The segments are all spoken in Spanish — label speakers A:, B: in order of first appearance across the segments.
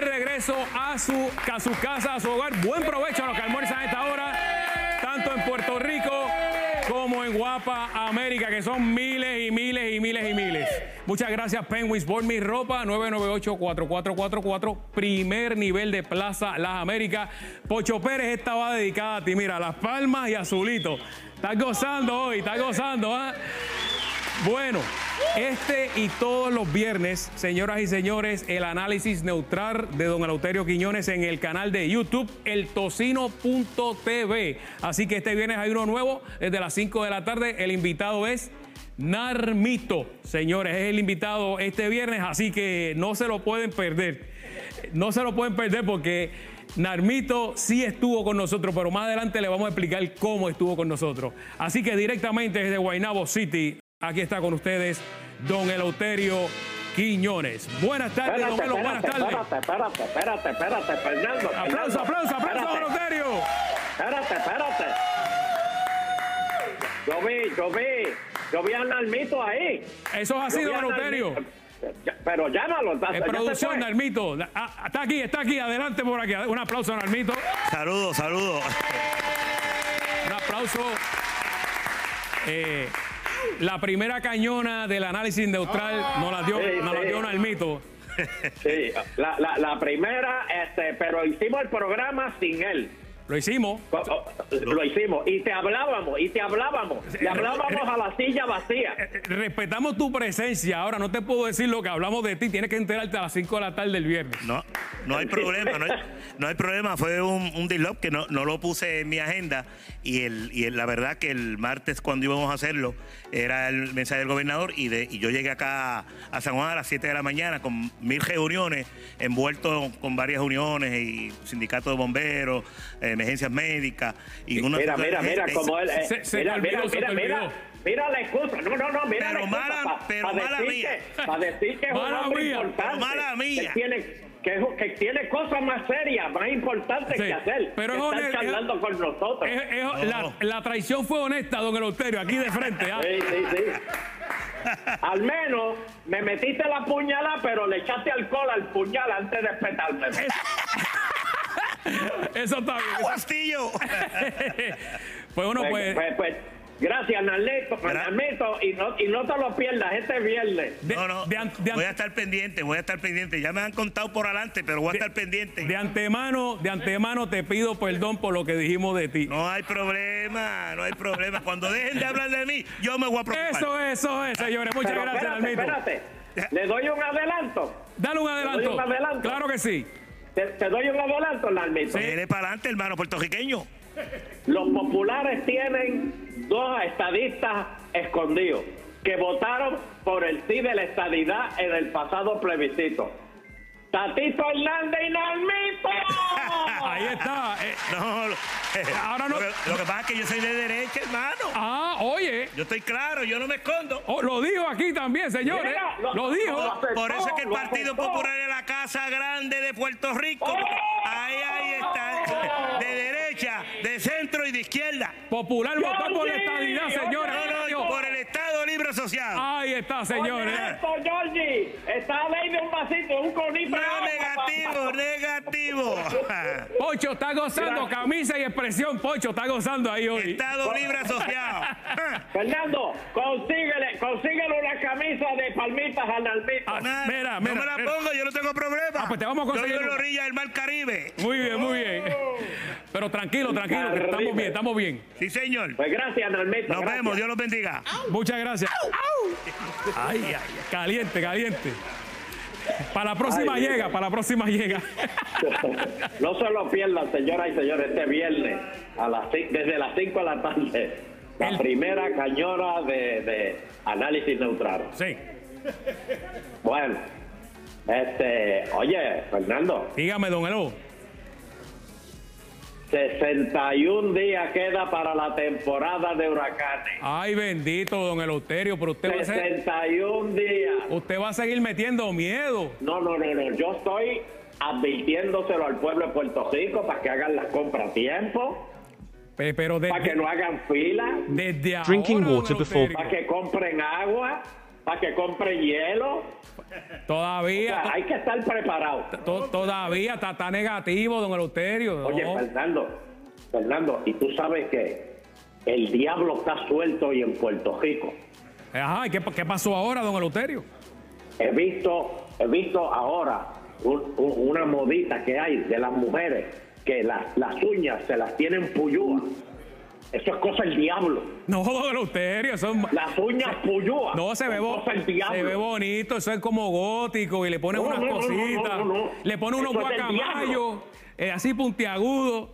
A: regreso a su, a su casa, a su hogar. Buen provecho a los que almuerzan a esta hora, tanto en Puerto Rico como en Guapa América, que son miles y miles y miles y miles. Muchas gracias, Penguins, por mi ropa, 998-4444, primer nivel de Plaza Las Américas. Pocho Pérez, esta va dedicada a ti, mira, a Las Palmas y Azulito. Estás gozando hoy, estás gozando, ¿ah? Bueno, este y todos los viernes, señoras y señores, el análisis neutral de don Eleuterio Quiñones en el canal de YouTube, eltocino.tv. Así que este viernes hay uno nuevo, desde las 5 de la tarde, el invitado es Narmito, señores, es el invitado este viernes, así que no se lo pueden perder. No se lo pueden perder porque Narmito sí estuvo con nosotros, pero más adelante le vamos a explicar cómo estuvo con nosotros. Así que directamente desde Guaynabo City, aquí está con ustedes don Eleuterio Quiñones. Buenas tardes, don Elo, buenas tardes.
B: espérate, espérate, espérate, espérate, Fernando.
A: Aplauso,
B: Fernando.
A: aplauso, aplauso, don
B: Espérate,
A: Eleuterio.
B: Espérate, espérate. Yo vi, yo vi, yo vi a Nalmito ahí.
A: Eso es así,
B: Yo vi
A: don
B: a
A: Eleuterio.
B: Nalmito. Ya- Pero llámalo. ya-
A: En
B: ya se
A: producción,
B: fue.
A: Narmito. Ah, Está aquí, está aquí, adelante por aquí. Un aplauso, Narmito.
C: Saludos, saludos.
A: Un aplauso. Eh, la primera cañona del análisis neutral nos la dio,
B: Sí,
A: nos la
B: sí.
A: dio Narmito.
B: Sí, la, la, la primera, este, pero hicimos el programa sin él.
A: Lo hicimos.
B: Co- o- Lo hicimos. Y te hablábamos, y te hablábamos. Le hablábamos a la silla vacía.
A: Eh, Respetamos tu presencia. Ahora no te puedo decir lo que hablamos de ti. Tienes que enterarte a las 5 de la tarde del viernes.
C: No, no hay problema, no hay, no hay problema. Fue un, un dislop que no, no lo puse en mi agenda y, el, y el- la verdad que el martes cuando íbamos a hacerlo era el mensaje del gobernador y, de, y yo llegué acá a San Juan a las 7 de la mañana con mil reuniones, envuelto con varias uniones y sindicatos de bomberos, emergencias médicas y una...
B: Mira, mira, mira, como él. eh,
A: Se- se
B: mira,
A: te
B: mira,
A: olvidó, se
B: mira,
A: te
B: mira.
A: olvidó.
B: Mira la excusa. No, no, no, mira
C: Pero
B: la excusa.
C: mala- pero
B: pa- pa
C: mala
B: decir
C: mía.
B: que- pa decir que es un
A: Mala
B: hombre
A: mía, pero
B: importante.
C: mala mía.
B: Que tiene, que, es- que tiene cosas más serias, más importantes
A: Sí,
B: que hacer.
A: pero
B: que
A: es
B: están
A: honest-
B: charlando con nosotros.
A: Es- es- Eh, la,
C: No.
A: la traición fue honesta, don Eleuterio, aquí de frente. ¿ah?
B: Sí, sí, sí. Al menos me metiste la puñalada, pero le echaste alcohol al puñal antes de petarme.
A: Eso está bien.
C: ¡Castillo!
A: Pues bueno, pues.
B: Pues- pues- gracias, Narleto, Narmito, y no, y no te lo pierdas este viernes.
A: de-
C: no, no,
A: de an- de an-
C: voy a estar pendiente, voy a estar pendiente. Ya me han contado por adelante, pero voy a estar pendiente.
A: de antemano, de antemano te pido perdón por lo que dijimos de ti.
C: No hay problema, no hay problema. Cuando dejen de hablar de mí, yo me voy a preocupar.
A: Eso es, eso es, señores. Muchas
B: Pero
A: gracias,
B: espérate,
A: Almito.
B: espérate. Le doy un adelanto.
A: Dale un adelanto.
B: un adelanto.
A: Claro que sí.
B: Te, te doy un adelanto, Nalmito.
C: Dele para adelante, hermano puertorriqueño.
B: Los populares tienen dos estadistas escondidos que votaron por el sí de la estadidad en el pasado plebiscito. Tatito Hernández y Nalmito.
A: Ahí está. Eh,
C: No, lo,
A: Ahora no.
C: Lo, que, lo que pasa es que yo soy de derecha, hermano.
A: ah, oye.
C: Yo estoy claro, yo no me escondo.
A: Oh, lo dijo aquí también, señores.
B: Mira, lo-
A: lo dijo.
B: aceptó,
C: Por eso es que el
B: lo
C: Partido
B: aceptó.
C: Popular es la Casa Grande de Puerto Rico. Ahí, ahí está. De derecha, de centro y de izquierda.
A: Popular votó por la estadidad,
B: Georgie,
A: señores.
C: No, no, por el Estado Libre Asociado.
A: Ahí está, señores.
B: Oye, esto, Georgie, está ley de un vasito, un conífero.
C: No, negativo, negativo.
A: Pocho está gozando,
B: Gracias.
A: camisa y expresión. Pocho está gozando ahí hoy.
C: Estado Libre Asociado.
B: Fernando, consíguele, consíguele una camisa de palmitas a Nalmito.
A: Ah,
C: Nada,
A: mira,
C: no
A: miro,
C: me la
A: miro.
C: pongo, yo no tengo problema.
A: Ah, pues te vamos a conseguir
C: Yo vivo en la
A: una.
C: orilla del Mar Caribe.
A: Muy bien, muy bien. Pero tranquilo, tranquilo, que estamos bien, estamos bien.
C: Sí, señor.
B: Pues gracias, Nalmito.
C: Nos
B: gracias.
C: vemos, Dios los bendiga.
A: Muchas gracias. Ay, ay, ay. Caliente, caliente. Para la próxima
B: Ay,
A: llega, para la próxima llega.
B: No se lo pierdan, señoras y señores, este viernes, a las cin- desde las 5 de la tarde, la
A: El-
B: primera cañona de, de análisis neutral.
A: Sí.
B: Bueno, este, oye, Fernando,
A: Dígame, don Elo.
B: 61 días queda para la temporada de huracanes.
A: Ay, bendito, don Eleuterio, pero usted va a,
B: Este-
A: ser-
B: 61 días.
A: usted va a seguir metiendo miedo.
B: No, no, no, no, yo estoy advirtiéndoselo al pueblo de Puerto Rico para que hagan las compras a tiempo,
A: Pe- Pero
B: para que
A: desde,
B: no hagan fila,
A: desde ahora.
D: Drinking
A: don
D: water before-
A: Eleuterio.
B: para que compren agua, para que compre hielo. O
A: Todavía,
B: sea, hay que estar preparado.
A: to- to- todavía está, está negativo, don Eleuterio.
B: Oye,
A: no.
B: Fernando, Fernando, y tú sabes que el diablo está suelto y en Puerto Rico.
A: Ajá, ¿y qué, qué pasó ahora, don Eleuterio?
B: He visto, he visto ahora un- un- una modita que hay de las mujeres que las, las uñas se las tienen puyúas. Eso es cosa del diablo.
A: No, don Eleuterio, eso es-
B: Las uñas puyúas.
A: No, se ve,
B: son
A: bo-
B: cosa del diablo.
A: se ve bonito, eso es como gótico y le ponen
B: No,
A: unas
B: no, no, no,
A: cositas,
B: no, no, no.
A: le ponen unos
B: Eso es del
A: guacamayos,
B: diablo.
A: eh, así puntiagudos.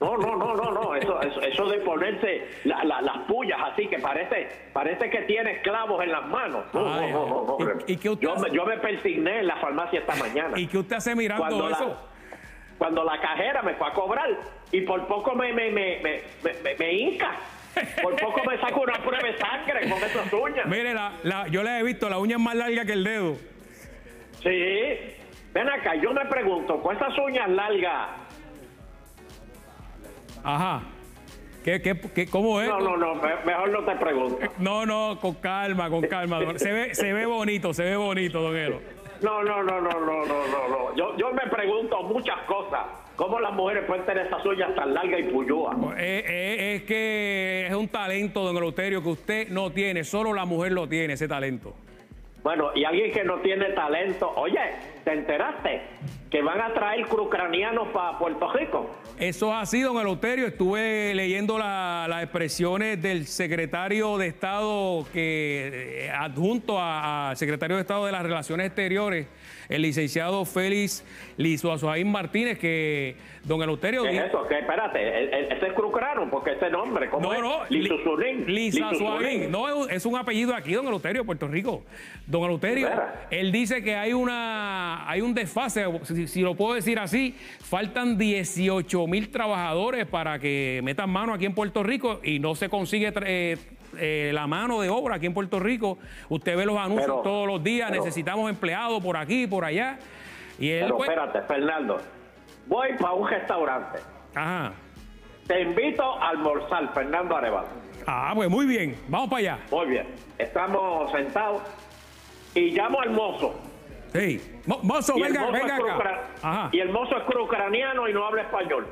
B: No, no, no, no, no. Eso, eso, eso de ponerse la- la- las pullas así que parece, parece que tiene clavos en las manos. No, no,
A: Ay,
B: no, no, no.
A: ¿y- y qué usted
B: yo, me,
A: hace?
B: yo me persigné en la farmacia esta mañana.
A: ¿Y qué usted hace mirando
B: la,
A: eso?
B: cuando la cajera me fue a cobrar y por poco me me, me, me, me, me- me hinca. Por poco me saco una prueba de sangre con esas uñas.
A: Mire, la, la- yo la he visto, la uña es más larga que el dedo.
B: Sí. Ven acá, yo me pregunto, con esas uñas largas.
A: Ajá. ¿Qué, qué, qué- ¿Cómo es?
B: No, no, no, me- mejor no te pregunto.
A: No, no, con calma, con calma. don- Se ve, se ve bonito, se ve bonito, don Elo.
B: No, no, no, no, no, no, no, no. Yo, yo me pregunto muchas cosas. ¿Cómo las mujeres pueden tener esas uñas tan largas y puyúas?
A: Eh, eh, es que es un talento, don Eleuterio, que usted no tiene, solo la mujer lo tiene, ese talento.
B: Bueno, y alguien que no tiene talento. Oye, ¿te enteraste? Que van a traer ucranianos para Puerto Rico.
A: Eso es así, don Eleuterio. Estuve leyendo la- las expresiones del secretario de Estado que eh, adjunto a- al secretario de Estado de las Relaciones Exteriores, el licenciado Félix Lizuazuaín Martínez, que don Eleuterio
B: ¿Qué
A: di-
B: es eso? ¿Qué? Espérate, e- e- ese es crucrano, porque ese nombre, ¿cómo
A: No,
B: es?
A: no, Li-
B: Lizuzurín.
A: Lizazuaín. No, es un- es un apellido aquí, don Eleuterio, Puerto Rico. Don Eleuterio,
B: ¿De veras?
A: él dice que hay una hay un desfase, si, si lo puedo decir así, faltan 18 mil trabajadores para que metan mano aquí en Puerto Rico y no se consigue tra- eh, eh, la mano de obra aquí en Puerto Rico. Usted ve los anuncios
B: Pero-
A: todos los días,
B: pero-
A: necesitamos empleados por aquí, por allá. Y él,
B: Pero
A: pues,
B: espérate, Fernando. Voy para un restaurante.
A: ajá.
B: Te invito a almorzar, Fernando Arevalo.
A: Ah, pues muy bien, vamos para allá.
B: Muy bien. Estamos sentados y llamo al mozo.
A: Sí. Mo- Mozo,
B: Y el
A: venga,
B: mozo
A: venga
B: es
A: acá.
B: crucra-
A: Ajá.
B: Y el mozo es ucraniano y no habla español.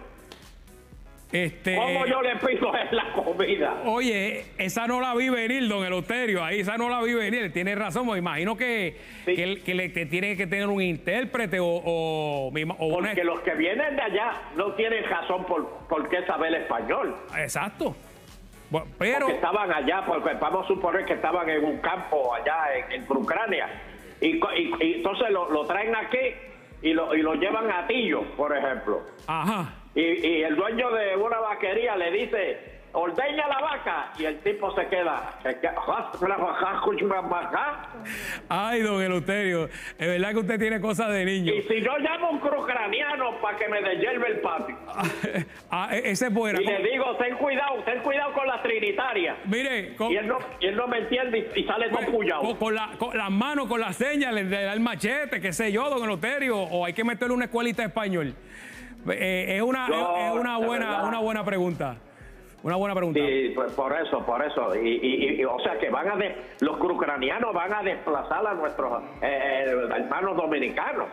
A: Este,
B: ¿Cómo yo le pido a él la comida?
A: Oye, esa no la vi venir, don Eleuterio. Ahí esa no la vi venir. Tiene razón. Me imagino que,
B: Sí.
A: que, él- que le, que tiene que tener un intérprete o, o, mi- o una-
B: Porque los que vienen de allá no tienen razón por, por qué saber español.
A: Exacto. Bu- Pero,
B: Porque estaban allá, porque vamos a suponer que estaban en un campo allá en, en Ucrania. Y, co- y- y entonces lo, lo traen aquí y lo, y lo llevan a Tillo, por ejemplo.
A: ajá.
B: Y, y el dueño de una vaquería le dice, ordeña la vaca. Y el tipo se queda. se queda,
A: Ay, don Eleuterio. Es verdad que usted tiene cosas de niño.
B: Y si yo llamo a un ucraniano para que me deshierve el patio
A: Ah, e- esa es buena.
B: y le digo, ten cuidado, ten cuidado con la trinitaria.
A: Mire, con,
B: Y él no, y él no me entiende y, y sale todo
A: Eh, con-
B: puyado.
A: con la- con las manos, con las señas, le, le da el machete, qué sé yo, don Eleuterio. O hay que meterle una escuelita de español. Eh, es una,
B: No,
A: es- es una
B: de
A: buena,
B: verdad.
A: una buena pregunta. Una buena pregunta.
B: Y pues, por eso, por eso. Y, y- y- y, o sea que van a des- los ucranianos van a desplazar a nuestros eh, eh, hermanos dominicanos.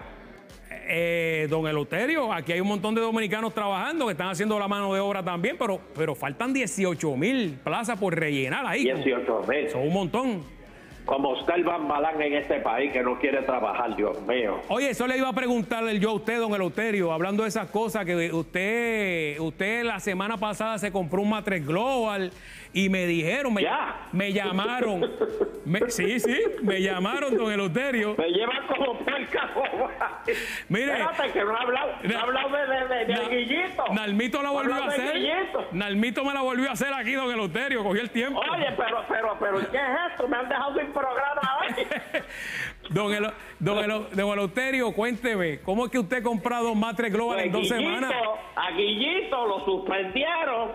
A: Eh, don Eleuterio, aquí hay un montón de dominicanos trabajando que están haciendo la mano de obra también, pero, pero faltan 18 mil plazas por rellenar ahí.
B: 18 meses.
A: Son un montón.
B: Como usted el bambalán en este país que no quiere trabajar, Dios mío.
A: Oye, eso le iba a preguntarle yo a usted, don Eleuterio, hablando de esas cosas que usted, usted la semana pasada se compró un Matres Global y me dijeron, me,
B: Ya.
A: me llamaron. me- sí, sí, me llamaron, don Eleuterio.
B: Me llevan como puerca boba.
A: Mire.
B: Espérate, que no ha hablado, no ha hablado de, de, de, de
A: Na-
B: Guillito.
A: Nalmito la
B: No ha
A: volvió a
B: hablado de
A: hacer.
B: Guillito.
A: Nalmito me la volvió a hacer aquí, don Eleuterio, cogió el tiempo.
B: Oye, pero, pero, pero, ¿qué es esto? Me han dejado sin programa hoy.
A: Don, Elo- don, Elo- don Eleuterio, cuénteme, ¿cómo es que usted ha comprado Matres Global
B: Pues
A: en dos
B: Guillito,
A: semanas?
B: A Guillito lo suspendieron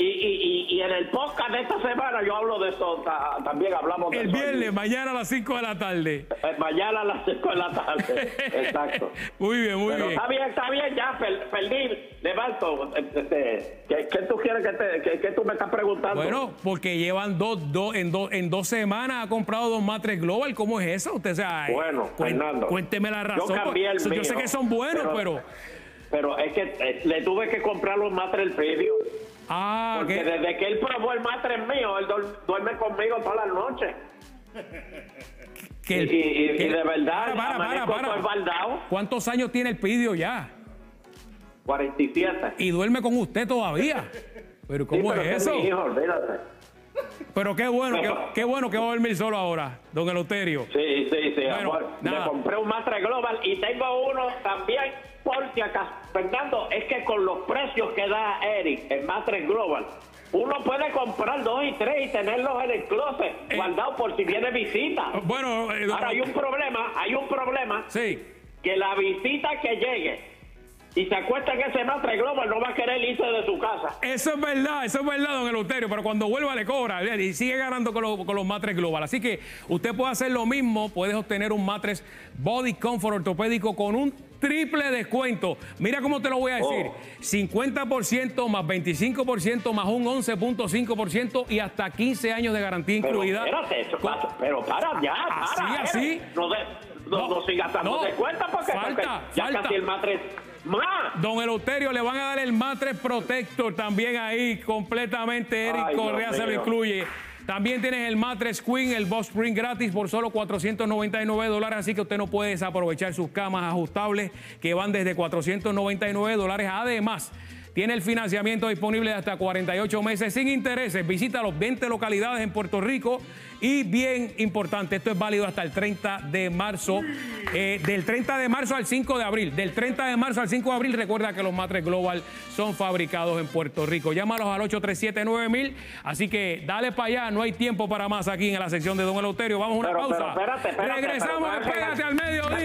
B: Y, y, y, y en el podcast de esta semana yo hablo de eso, ta- también hablamos de
A: El
B: eso.
A: viernes, mañana a las 5 de la tarde.
B: Eh, Mañana a las 5 de la tarde. Exacto.
A: Muy bien, muy
B: Pero
A: bien.
B: está bien, está bien, ya, per- perdí. Levanto, este, ¿qué, qué tú quieres que te, qué, qué tú me estás preguntando?
A: Bueno, porque llevan dos, dos, en, dos, en dos semanas ha comprado dos matres Global. ¿Cómo es eso? Usted sabe.
B: Bueno, Fernando,
A: Cuénteme la
B: yo
A: razón.
B: cambié el
A: porque yo sé
B: mío,
A: que son buenos, pero.
B: pero- Pero es que eh, le tuve que comprar los matres previo.
A: ah,
B: Porque
A: que.
B: desde que él probó el matres mío, él duer- duerme conmigo todas las noches.
A: que el-
B: y, y-
A: que-
B: y de verdad,
A: Para, para, para,
B: amanezco
A: para.
B: todo embaldado.
A: ¿Cuántos años tiene el pidio ya?
B: 47.
A: Y duerme con usted todavía. Pero
B: Sí,
A: ¿cómo
B: pero
A: es
B: son
A: eso?
B: mis hijos, olvídate.
A: Pero qué bueno, qué,
B: No.
A: qué bueno que va a dormir solo ahora, don Eloterio.
B: Sí, sí, sí,
A: Bueno,
B: amor.
A: nada.
B: Me compré un Matre Global y tengo uno también por si acaso. Fernando, es que con los precios que da Eric en Matre Global, uno puede comprar dos y tres y tenerlos en el closet,
A: Eh.
B: guardados por si viene visita.
A: Bueno, eh, don-
B: Ahora hay un problema, hay un problema,
A: sí.
B: que la visita que llegue y se acuesta en ese Matre Global no va a querer irse de su casa.
A: Eso es verdad, eso es verdad, don Eleuterio, pero cuando vuelva le cobra ¿verdad? y sigue ganando con, lo- con los matres global. Así que usted puede hacer lo mismo, puedes obtener un matres Body Comfort ortopédico con un triple descuento. Mira cómo te lo voy a decir.
B: Oh.
A: 50% más 25% más un 11.5% y hasta 15 años de garantía
B: Pero,
A: incluida.
B: espérate, eso-
A: Con-
B: pero para ya, para.
A: Así,
B: Eric.
A: así.
B: No, de- no,
A: No,
B: no sigas dando
A: no.
B: de cuenta porque
A: Falta,
B: porque ya
A: falta.
B: casi el matres. ¡Más!
A: Don Eleuterio, le van a dar el Matres Protector también ahí, completamente. Eric
B: Ay, Dios
A: Correa se lo
B: mío.
A: incluye. También tienes el Matres Queen, el Boss Spring gratis por solo 499 dólares, así que usted no puede desaprovechar sus camas ajustables que van desde 499 dólares. Además, tiene el financiamiento disponible de hasta 48 meses sin intereses. Visita los 20 localidades en Puerto Rico y bien importante, esto es válido hasta el 30 de marzo, eh, del 30 de marzo al 5 de abril. Del 30 de marzo al 5 de abril, recuerda que los matres Global son fabricados en Puerto Rico. Llámalos al 837-9000. Así que dale para allá, no hay tiempo para más aquí en la sección de Don Eleuterio. Vamos a una
B: Pero,
A: pausa.
B: pero, espérate, espérate,
A: Regresamos,
B: pero, espérate.
A: pégate al mediodía.